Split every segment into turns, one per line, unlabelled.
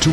中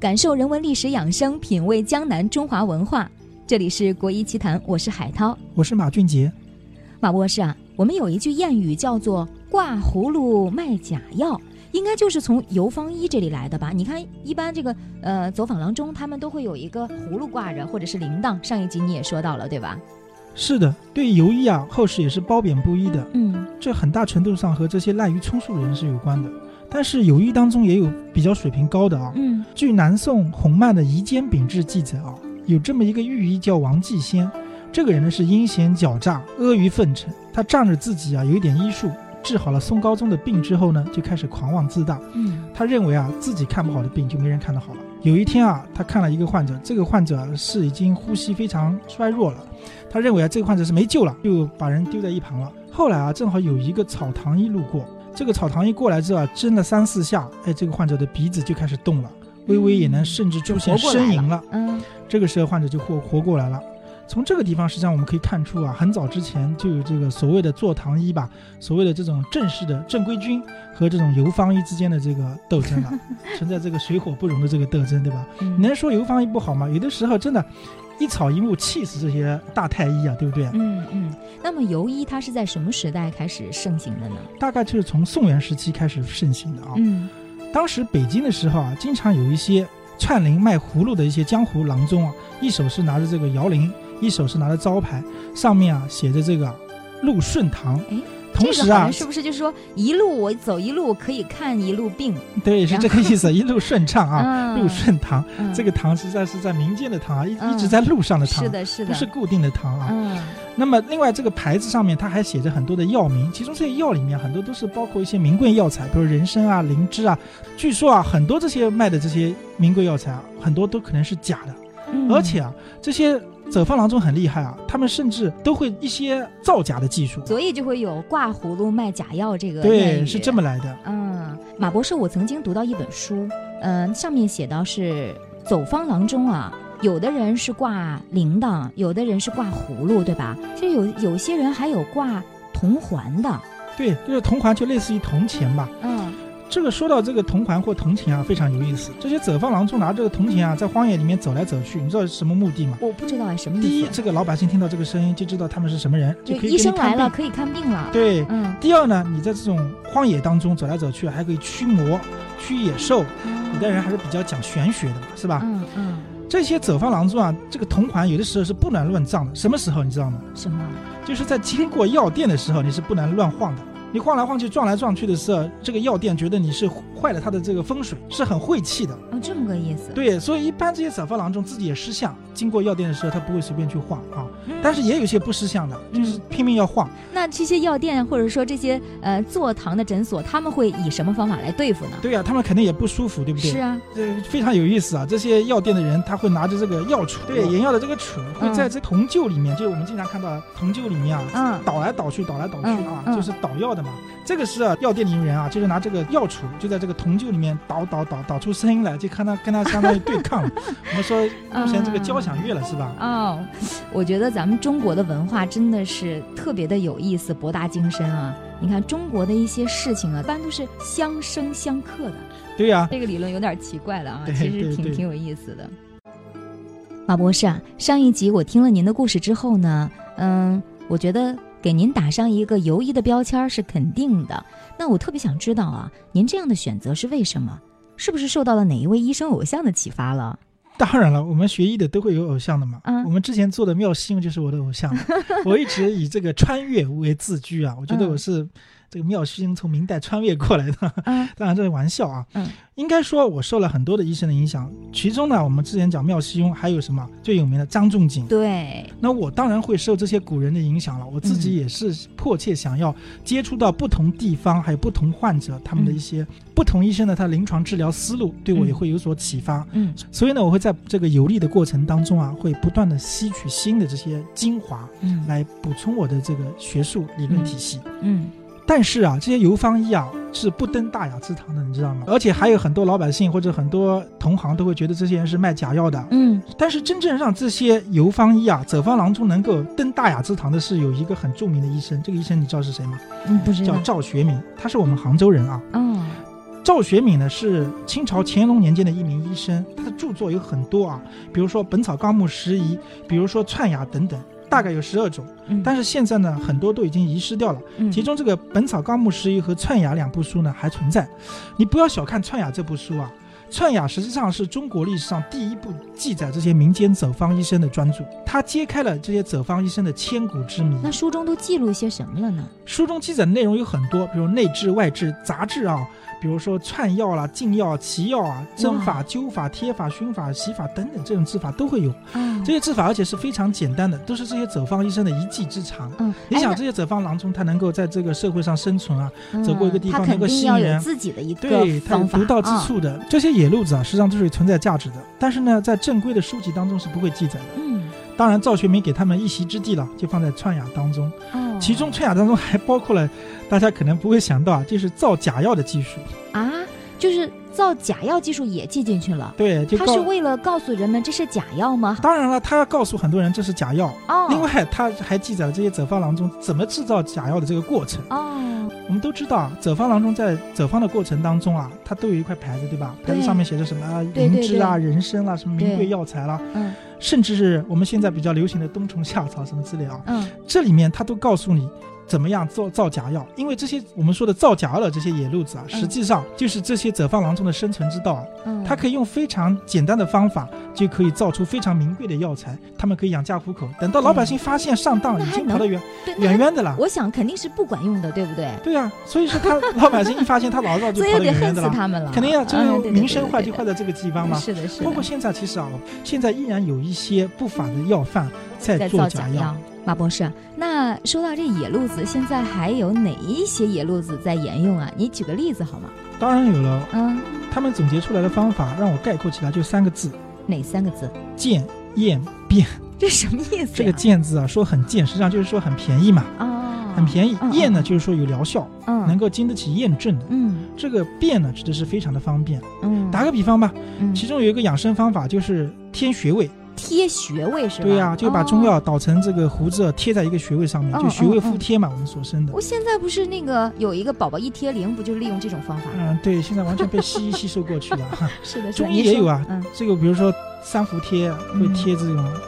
感受人文历史养生，品味江南中华文化。这里是国医奇谈，我是海涛，
我是马俊杰。
马博士啊，我们有一句谚语叫做“挂葫芦卖假药”，应该就是从游方医这里来的吧？你看，一般这个呃走访郎中，他们都会有一个葫芦挂着，或者是铃铛。上一集你也说到了，对吧？
是的，对游医啊，后世也是褒贬不一的。
嗯，
这很大程度上和这些滥竽充数人是有关的。但是游医当中也有比较水平高的啊。
嗯，
据南宋洪迈的《夷坚秉志》记载啊，有这么一个御医叫王继先，这个人呢是阴险狡诈、阿谀奉承，他仗着自己啊有一点医术，治好了宋高宗的病之后呢，就开始狂妄自大。
嗯，
他认为啊自己看不好的病就没人看得好了。有一天啊，他看了一个患者，这个患者是已经呼吸非常衰弱了，他认为啊这个患者是没救了，就把人丢在一旁了。后来啊，正好有一个草堂医路过，这个草堂医过来之后啊，针了三四下，哎，这个患者的鼻子就开始动了，微微也能甚至出现
活过来
呻吟
了
了。。
嗯
这个时候患者就活活过来了。从这个地方，实际上我们可以看出啊，很早之前就有这个所谓的坐堂医吧，所谓的这种正式的正规军和这种游方医之间的这个斗争了，存在这个水火不容的这个斗争，对吧？
嗯，
你能说游方医不好吗？有的时候真的，一草一木气死这些大太医啊，对不对？
嗯嗯。那么游医它是在什么时代开始盛行的呢？
大概就是从宋元时期开始盛行的啊。
嗯
当时北京的时候啊，经常有一些串铃卖葫芦的一些江湖郎中啊，一手是拿着这个摇铃，一手是拿着招牌，上面啊写着这个“陆顺堂
哎”。
同
这
时
个好
啊
像，是不是就是说一路我走一路可以看一路病
对，是这个意思，一路顺畅啊，
啊
陆顺堂。
嗯
这个堂实在是在民间的堂啊，一
嗯
一直在路上的堂
是，的，是的，
不是固定的堂啊。
嗯
那么，另外这个牌子上面它还写着很多的药名，其中这些药里面很多都是包括一些名贵药材，比如人参啊、灵芝啊。据说啊，很多这些卖的这些名贵药材啊，很多都可能是假的。
嗯，
而且啊，这些走访郎中很厉害啊，他们甚至都会一些造假的技术。
所以就会有挂葫芦卖假药这个谚
对，
语
是这么。来的。
嗯，马博士，我曾经读到一本书，嗯、上面写到是走方郎中啊，有的人是挂铃铛，有的人是挂葫芦，对吧？其实有有些人还有挂铜环的。
对，就是铜环就类似于铜钱吧。
嗯
这个说到这个铜环或铜钱啊，非常有意思。这些走访郎中拿这个铜钱啊，在荒野里面走来走去，你知道是什么目的吗？
我不知道哎，什么
第
意
一，
思？
这个老百姓听到这个声音就知道他们是什么人，就
就
可以
医
给你
生来
看
了，
病。
可以看病了。
对。
嗯，
第二呢，你在这种荒野当中走来走去，还可以驱魔、驱野兽。古代人还是比较讲玄学的嘛，是吧？
嗯嗯，
这些走访郎中啊，这个铜环有的时候是不能乱撞的。什么时候你知道吗？
什么？
就是在经过药店的时候，你是不能乱晃的。你晃来晃去、撞来撞去的时候，这个药店觉得你是坏了他的这个风水，是很晦气的。
哦，这么个意思。
对，所以一般这些走访郎中自己也识相，经过药店的时候他不会随便去晃啊。
嗯
但是也有些不识相的，就是拼命要晃。
那这些药店或者说这些呃坐堂的诊所，他们会以什么方法来对付呢？
对呀、他们肯定也不舒服，对不对？
是啊，
这非常有意思啊！这些药店的人他会拿着这个药杵，对
嗯
研药的这个杵，会在这铜臼里面，就是我们经常看到的铜臼里面啊，
嗯
倒来倒去，倒来倒去啊，
嗯嗯
就是倒药的嘛。这个是啊，药店里面人啊，就是拿这个药杵，就在这个铜臼里面倒倒倒倒出声音来，就看他跟他相当于对抗了。 我们说目前这个交响乐了是吧？
嗯哦，我觉得咱们中国的文化真的是特别的有意思，博大精深啊！你看中国的一些事情啊，一般都是相生相克的，
对呀、
这个理论有点奇怪了啊，
对
其实挺
对对
挺有意思的。马博士啊，上一集我听了您的故事之后呢，嗯，我觉得给您打上一个游医的标签儿是肯定的。那我特别想知道啊，您这样的选择是为什么？是不是受到了哪一位医生偶像的启发了？
当然了，我们学医的都会有偶像的嘛。
嗯
我们之前做的妙心就是我的 偶像嘛，我一直以这个穿越为自居啊，我觉得
嗯
我是这个妙心从明代穿越过来的。
嗯
当然这是玩笑啊。
嗯，
应该说我受了很多的医生的影响，其中呢，我们之前讲妙西庸，还有什么最有名的张仲 景。
对，
那我当然会受这些古人的影响了，我
嗯
自己也是迫切想要接触到不同地方还有不同患者他
嗯
们的一些不同医生的他临床治疗思路，对我也会有所启发。
嗯
所以呢，我会在这个游历的过程当中啊，会不断的吸取新的这些精华，
嗯
来补充我的这个学术理论体系。
嗯
但是啊，这些游方医啊是不登大雅之堂的，你知道吗？而且还有很多老百姓或者很多同行都会觉得这些人是卖假药的。
嗯
但是真正让这些游方医啊、走方郎中能够登大雅之堂的是有一个很著名的医生，这个医生你知道是谁吗？
嗯，不知
叫
道
赵学敏，他是我们杭州人啊。
哦，
赵学敏呢是清朝乾隆年间的一名医生，他的著作有很多啊，比如说《本草纲目拾遗》，比如说《串雅》等等，大概有十二种。
嗯
但是现在呢，很多都已经遗失掉了。
嗯
其中这个《本草纲目拾遗》和《串雅》两部书呢还存在。你不要小看《串雅》这部书啊，《串雅》实际上是中国历史上第一部记载这些民间走方医生的专著，它揭开了这些走方医生的千古之谜。
那书中都记录些什么了呢？
书中记载的内容有很多，比如内治、外治、杂治啊，比如说串药啦、进药、奇药啊、针法、灸法、贴法、熏法、洗法等等这种治法都会有。
啊
这些治法而且是非常简单的，都是这些走方医生的一技之长。
嗯，
你
哎
想
那
这些走方郎中，他能够在这个社会上生存啊，走过一个地
嗯
方
他
能
肯
够
定
吸
要
引
有
人
自己的一个
对，它
方
有
法，
独到之
啊
处的。这些野路子啊，实际上都是有存在价值的，但是呢，在正规的书籍当中是不会记载的。
嗯
当然，赵学明给他们一席之地了，就放在《串雅》当中。
哦，
其中《串雅》当中还包括了大家可能不会想到啊，就是造假药的技术。
啊，就是造假药技术也记进去了。
对，就
他是
告。
为了告诉人们这是假药吗？
当然了，他要告诉很多人这是假药。
哦，
另外，他还记载了这些走方郎中怎么制造假药的这个过程。
哦，
我们都知道，啊，走方郎中在走方的过程当中啊，他都有一块牌子，对吧？牌
对
子上面写着什么啊
对
灵芝啊、人参啦、什么名
对
贵药材啦、
嗯
甚至是我们现在比较流行的冬虫夏草什么之类啊，
嗯
这里面它都告诉你怎么样造造假药，因为这些我们说的造假药的这些野路子啊，
嗯
实际上就是这些走方郎中的生存之道啊，
嗯，
他可以用非常简单的方法就可以造出非常名贵的药材，他们可以养家糊口。等到老百姓发现上当，
那
已
还
经
能
跑得远
对，那
远
还
远 的了。
我想肯定是不管用的，对不对？
对啊，所以说他老百姓一发现他老早就
所以
跑
我
得
得
远远
恨
的
死
了，
他们了，
肯定要
啊
就是
对对
名
对
声
对
坏
对
就
对
坏在这个地方嘛。
是的，是的，
包括现在其实啊，现在依然有一些不法的药贩在
在
做
造
假
假
药
药。。马博士，那说到这野路子，现在还有哪一些野路子在沿用啊？你举个例子好吗？
当然有了，
嗯，
他们总结出来的方法让我概括起来就三个字：
哪三个字？
贱、艳、变。
这什么意思、呀
这个“贱”字啊，说很贱，实际上就是说很便宜嘛，
啊，
很便宜
嗯。
验呢，，就是说有疗效，
嗯
能够经得起验证的。
嗯
这个变呢，指的是非常的方便。
嗯，
打个比方吧，
嗯
其中有一个养生方法就是贴穴位，
贴穴位是吧？
对呀、就把中
哦。
药捣成这个糊子贴在一个穴位上面，
嗯
就穴位
嗯
敷
嗯
贴嘛，我们所生的。
我现在不是那个有一个宝宝一贴灵，不就是利用这种方法？
嗯，对，现在完全被西医吸收 过去了。哈
是的，是的
中医
您说
也有啊
嗯，
这个比如说三伏贴会贴这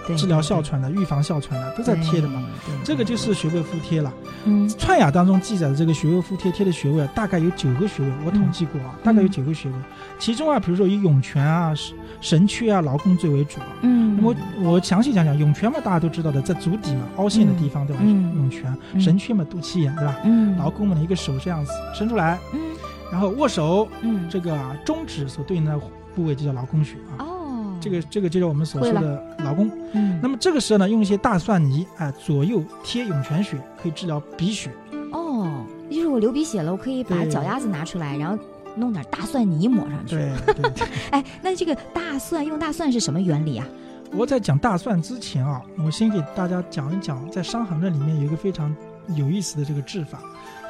对
种治疗哮喘的、预防哮喘的，都在贴的嘛。
嗯对。对
这个就是穴位敷贴了。
嗯
串雅当中记载的这个穴位敷贴贴的穴位啊，大概有九个穴位，我统计过
嗯
啊，大概有九个穴位。其中啊，比如说以涌泉啊、神神阙啊、劳宫最为主啊。
嗯，
那么我详细讲讲涌泉嘛，大家都知道的，在足底嘛，凹陷的地方对吧？
嗯
涌泉，
嗯
神阙嘛，肚脐眼对吧？
嗯
劳宫嘛，一个手这样子伸出来，
嗯
然后握手，
嗯
这个啊中指所对应的部位就叫劳宫穴啊。
哦
这个这个就是我们所说的劳宫。
嗯
那么这个时候呢，用一些大蒜泥啊左右贴涌泉穴，可以治疗鼻血。
哦，就是我流鼻血了，我可以把
对
脚丫子拿出来，然后弄点大蒜泥抹上去。
对对对。
哎，那这个大蒜用大蒜是什么原理啊？
我在讲大蒜之前啊，我先给大家讲一讲，在《伤寒论》里面有一个非常有意思的这个治法，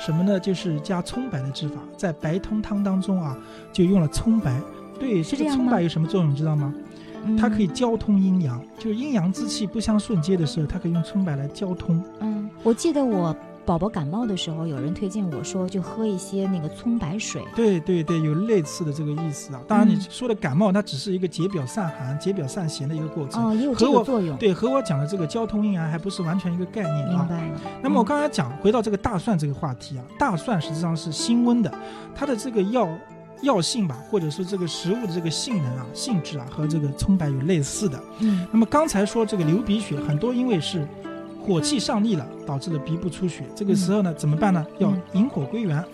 什么呢？就是加葱白的治法，在白通汤当中啊，就用了葱白。对，
是
这
这
个
样
葱白
吗
有什么作用？你知道吗？
嗯
它可以，交通阴阳，就是阴阳之气不相顺接的时候，它可以用葱白来交通。
嗯，我记得我宝宝感冒的时候，有人推荐我说就喝一些那个葱白水。
对对对，有类似的这个意思啊。当然，你
嗯
说的感冒，它只是一个解表散寒、解表散邪的一个嗯过程。
哦，也有
和
这
我
个作用。，
对，和我讲的这个交通阴阳还不是完全一个概念
明
啊。
白了。
那么我刚才讲，回到这个大蒜这个话题啊，大蒜实际上是辛温的，它的这个药药性吧，或者说这个食物的这个性能啊、性质啊，和这个葱白有类似的。
嗯
那么刚才说这个流鼻血，很多因为是火气上逆了，导致了鼻部出血。这个时候呢，怎么办呢？要
嗯
引火归元，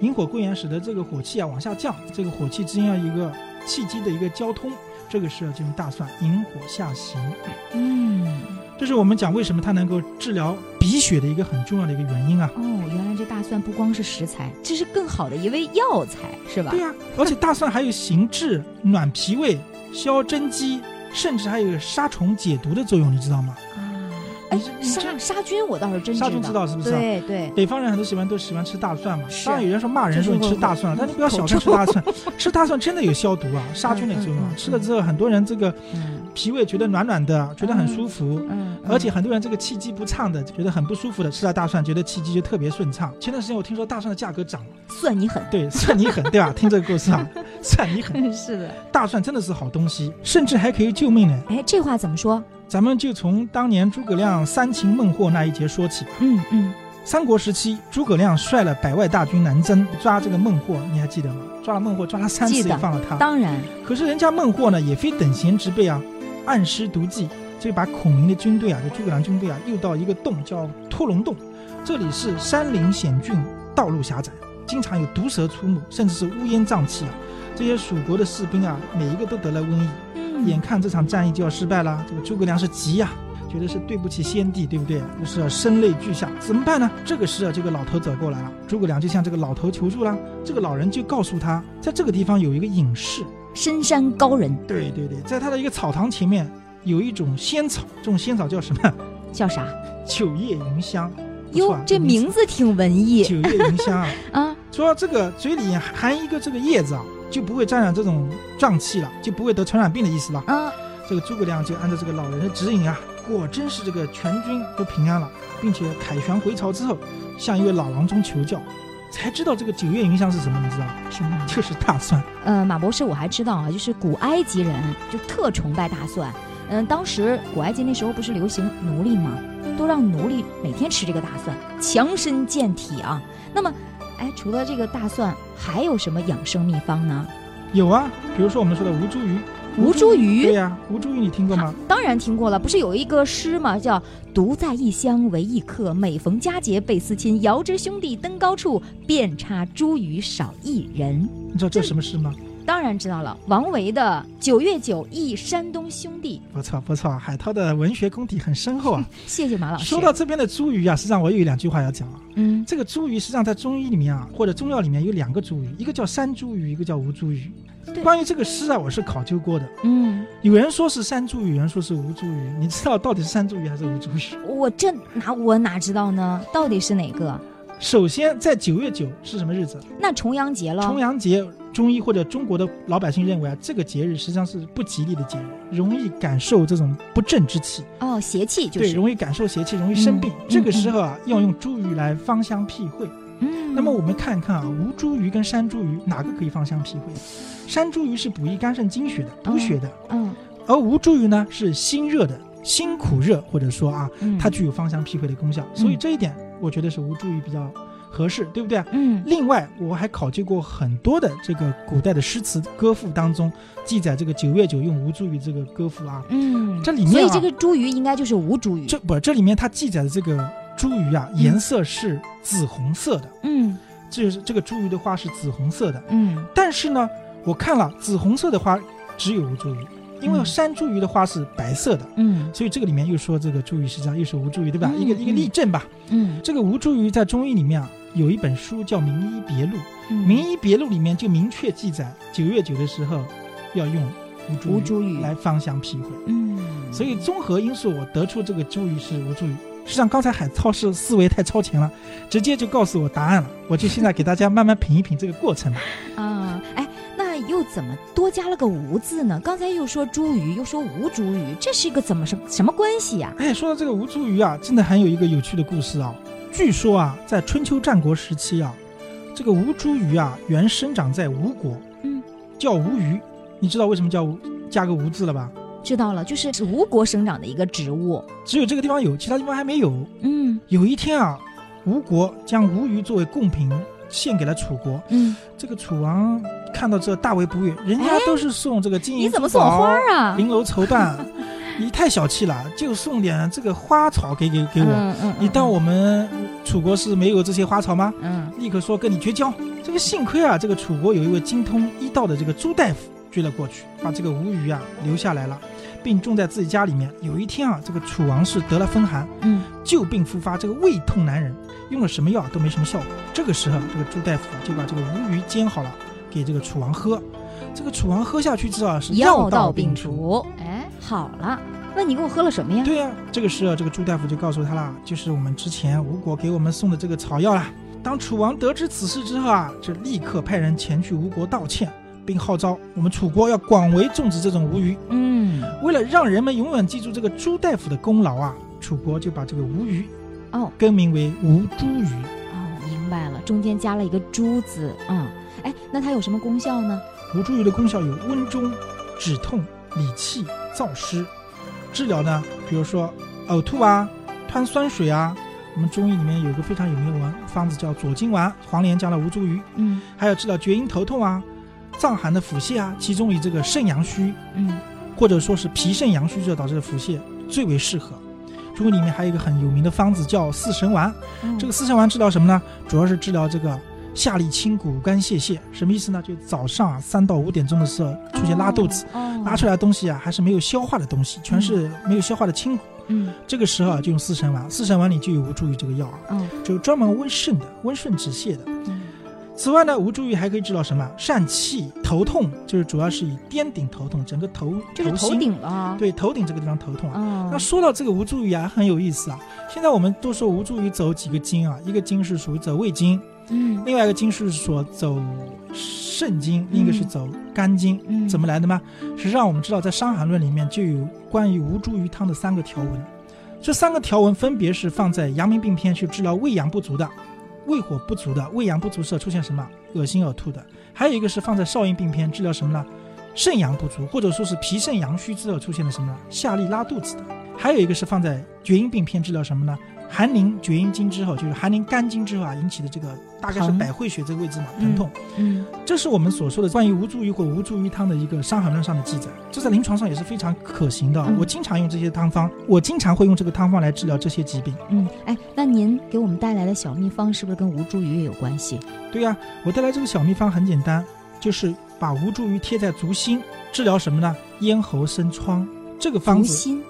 引火归元使得这个火气啊往下降，这个火气之间要一个气机的一个交通。这个是要进行大蒜引火下行，
嗯，
这是我们讲为什么它能够治疗鼻血的一个很重要的一个原因啊。
哦，原来这大蒜不光是食材，这是更好的一味药材，是吧
对？呀、而且大蒜还有行滞、暖脾胃、消真肌，甚至还有杀虫解毒的作用，你知道吗？
啊，哎
你这，你
杀杀菌我倒是真
杀菌知道是不是啊
对对，
北方人很多喜欢都喜欢吃大蒜嘛，
是
当然有人说骂人说你吃大蒜，
就是
但你不要小看吃大蒜， 吃大蒜真的有消 毒啊、杀菌的作用啊
嗯嗯。嗯
吃了之后，很多人这个
嗯
脾胃觉得暖暖的，觉得很舒服，
嗯，
而且很多人这个气机不畅的，觉得很不舒服的，吃了大蒜觉得气机就特别顺畅。前段时间我听说大蒜的价格涨了，
蒜你 狠，
对，算你狠，对 吧？听这个故事啊，算你狠，
是的。
大蒜真的是好东西，甚至还可以救命呢。
哎，这话怎么说？
咱们就从当年诸葛亮三秦孟获那一节说起吧。
嗯嗯，
三国时期，诸葛亮率了百万大军南征，抓这个孟获，你还记得吗？抓了孟获，抓了三次，
记得
也放了他。
当然，
可是人家孟获呢，也非等闲之辈啊，按师独计，就把孔明的军队啊，就诸葛亮军队啊，诱到一个洞，叫托龙洞。这里是山林险峻，道路狭窄，经常有毒蛇出没，甚至是乌烟瘴气啊。这些蜀国的士兵啊，每一个都得了瘟疫，
嗯
眼看这场战役就要失败了，这个诸葛亮是急呀、觉得是对不起先帝，对不对？就是要声泪俱下，怎么办呢？这个时啊，这个老头走过来了，诸葛亮就向这个老头求助了。这个老人就告诉他，在这个地方有一个隐士，
深山高人
对对对，在他的一个草堂前面有一种仙草，这种仙草叫什么？
叫啥？
九叶云香。不错
哟
啊，
这名 字挺文艺
九叶云香啊，
啊。
说这个嘴里含一个这个叶子啊，就不会沾染这种瘴气了，就不会得传染病的意思了。
啊，
这个诸葛亮就按照这个老人的指引啊，果真是这个全军都平安了，并且凯旋回朝之后，向一位老郎中求教，才知道这个九月云香是什么，你知道吗？
什么？
就是大蒜。
呃，马博士，我还知道啊，就是古埃及人就特崇拜大蒜。嗯，当时古埃及那时候不是流行奴隶吗？都让奴隶每天吃这个大蒜，强身健体啊。那么，哎，除了这个大蒜，还有什么养生秘方呢？
有啊，比如说我们说的吴茱萸，
吴茱萸啊
对呀、吴茱萸你听过吗？
当然听过了，不是有一个诗吗？叫“独在异乡为异客，每逢佳节倍思亲。遥知兄弟登高处，遍插茱萸少一人。
你知道这是什么诗吗？”
当然知道了，王维的“九月九忆山东兄弟
不错不错啊，海涛的文学功底很深厚啊。”。
谢谢马老师。
说到这边的茱萸啊，实际上我有两句话要讲啊。
嗯，
这个茱萸实际上在中医里面啊，或者中药里面有两个茱萸，一个叫山茱萸，一个叫吴茱萸。
对
关于这个诗啊，我是考究过的。
嗯，
有人说是山茱萸，有人说是吴茱萸，你知道到底是山茱萸还是吴茱萸？
我这哪我哪知道呢？到底是哪个？
首先，在九月九是什么日子？
那重阳节了。
重阳节，中医或者中国的老百姓认为啊，这个节日实际上是不吉利的节日，容易感受这种不正之气，
哦，邪气就
对，
是。
容易感受邪气，容易生病。
嗯
这个时候啊，要用茱萸来芳香辟秽。
嗯，
那么我们看一看啊，吴茱萸跟山茱萸哪个可以芳香辟秽？山茱萸是补益肝肾经血的，补血的，
嗯
而吴茱萸呢是辛热的，辛苦热，或者说啊，
嗯，
它具有芳香辟秽的功效，所以这一点我觉得是无助于比较合适，对不对？
嗯
另外，我还考究过很多的这个古代的诗词歌赋当中记载这个九月九用无助于这个歌赋啊，
嗯，
这里面啊
所以这个茱萸应该就是吴茱萸。
这不这里面它记载的这个茱萸啊，颜色是紫红色的，
嗯
就是这个茱萸的花是紫红色的。
嗯
但是呢，我看了紫红色的花只有无助于，因为
嗯
山茱萸的花是白色的，
嗯
所以这个里面又说这个茱萸实际上又是无助于，对吧？
嗯
一个一个
嗯
例证吧。
嗯
这个吴茱萸在中医里面啊，有一本书叫《名医别录》，
嗯，
《名医别录》里面就明确记载，九月九的时候要用
吴
吴茱
茱萸
萸来芳香辟秽。
嗯，
所以综合因素，我得出这个茱萸是吴茱萸。实际上，刚才海涛是思维太超前了，直接就告诉我答案了。我就现在给大家慢慢品一品这个过程吧。
啊，哎，那又怎么多加了个吴字呢？刚才又说茱萸，又说吴茱萸，这是一个怎么什什么关系啊呀、
哎，说到这个吴茱萸啊，真的还有一个有趣的故事啊。据说啊，在春秋战国时期啊，这个吴茱萸啊，原生长在吴国，
嗯，
叫吴虞。你知道为什么叫吴加个吴字了吧？
知道了，就是吴国生长的一个植物。
只有这个地方有，其他地方还没有。
嗯
有一天啊，吴国将吴虞作为贡品献给了楚国。
嗯，
这个楚王看到这大为不悦，人家
哎
都是送这个金银
你怎么
珠
送
宝
花儿啊？
绫楼 绸缎，你太小气了，就送点这个花草给给给我。
嗯嗯，
你当我们楚国是没有这些花草吗？
嗯
立刻说跟你绝交。这个幸亏啊，这个楚国有一位精通医道的这个朱大夫追了过去，把这个吴虞啊留下来了，并种在自己家里面。有一天啊，这个楚王室得了风寒，
嗯
旧病复发，这个胃痛难忍，用了什么药都没什么效果。这个时候，啊这个朱大夫就把这个吴虞煎好了，给这个楚王喝。这个楚王喝下去之后啊是
嗯，药
到
到
病
病。除，哎，好了，那你给我喝了什么呀？
对呀、这个时候这个朱大夫就告诉他啦，就是我们之前吴国给我们送的这个草药啦。啊当楚王得知此事之后啊，就立刻派人前去吴国道歉，并号召我们楚国要广为种植这种吴虞。
嗯，
为了让人们永远记住这个朱大夫的功劳啊，楚国就把这个吴虞
哦
更名为吴茱萸。
哦，明白了，中间加了一个珠字，嗯，哎，那它有什么功效呢？
吴茱萸的功效有温中、止痛、理气、燥湿。治疗呢，比如说呕吐啊、吞酸水啊。我们中医里面有一个非常有名的丸方子叫左金丸，黄连加了吴茱萸，
嗯
还有治疗厥阴头痛啊、脏寒的腹泻啊，其中以这个肾阳虚
嗯，
或者说是脾肾阳虚者导致的腹泻最为适合。中医里面还有一个很有名的方子叫四神丸，
嗯
这个四神丸治疗什么呢？主要是治疗这个下利清骨肝泄泻，什么意思呢？就早上啊三到五点钟的时候出现拉肚子，，
哦
拉出来的东西啊还是没有消化的东西，全是没有消化的清骨。
嗯
这个时候啊就用四神丸，四神丸里就有吴茱萸这个药啊，
嗯
就专门温肾的、温顺止泻的。
嗯
此外呢，吴茱萸还可以治疗什么？疝气、头痛，就是主要是以颠顶头痛，整个头
就是头
心
顶了，，
对头顶这个地方头痛啊。
嗯，
那说到这个吴茱萸啊，很有意思啊。现在我们都说吴茱萸走几个经啊，一个经是属于走胃经，
嗯
另外一个经是说走肾经，另一个是走肝经。
嗯，
怎么来的呢？实际上我们知道，在《伤寒论》里面就有关于吴茱萸汤的三个条文，这三个条文分别是放在《阳明病篇》去治疗胃阳不足的、胃火不足的、胃阳不足时出现什么恶心呕吐的；还有一个是放在《少阴病篇》治疗什么呢？肾阳不足或者说是脾肾阳虚之后出现了什么呢？下利拉肚子的；还有一个是放在《厥阴病篇》治疗什么呢？寒凝厥阴经之后，就是寒凝肝经之后啊引起的这个大概是
疼
百会穴这个位置嘛
嗯
疼痛。
嗯
这是我们所说的关于吴茱萸或吴茱萸汤的一个《伤寒论》上的记载，这在临床上也是非常可行的啊。
嗯
我经常用这些汤方，我经常会用这个汤方来治疗这些疾病。
嗯，哎，那您给我们带来的小秘方是不是跟吴茱萸也有关系？
对呀、我带来这个小秘方很简单，就是把吴茱萸贴在足心，治疗什么呢？咽喉生疮。这个
足
方子
心，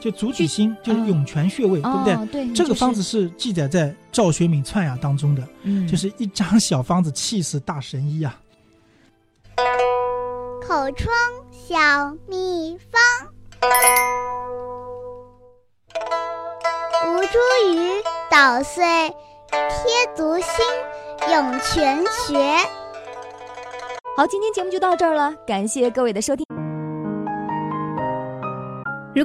就足底心，就是
嗯
涌泉穴位，对不对？
哦对，
这
就
个
是
方子，是记载在《赵学敏篡雅》当中的，
嗯，
就是一张小方子气死大神医啊。
口疮小秘方。吴茱萸捣碎贴足心，涌泉穴。
好，今天节目就到这儿了，感谢各位的收听。
如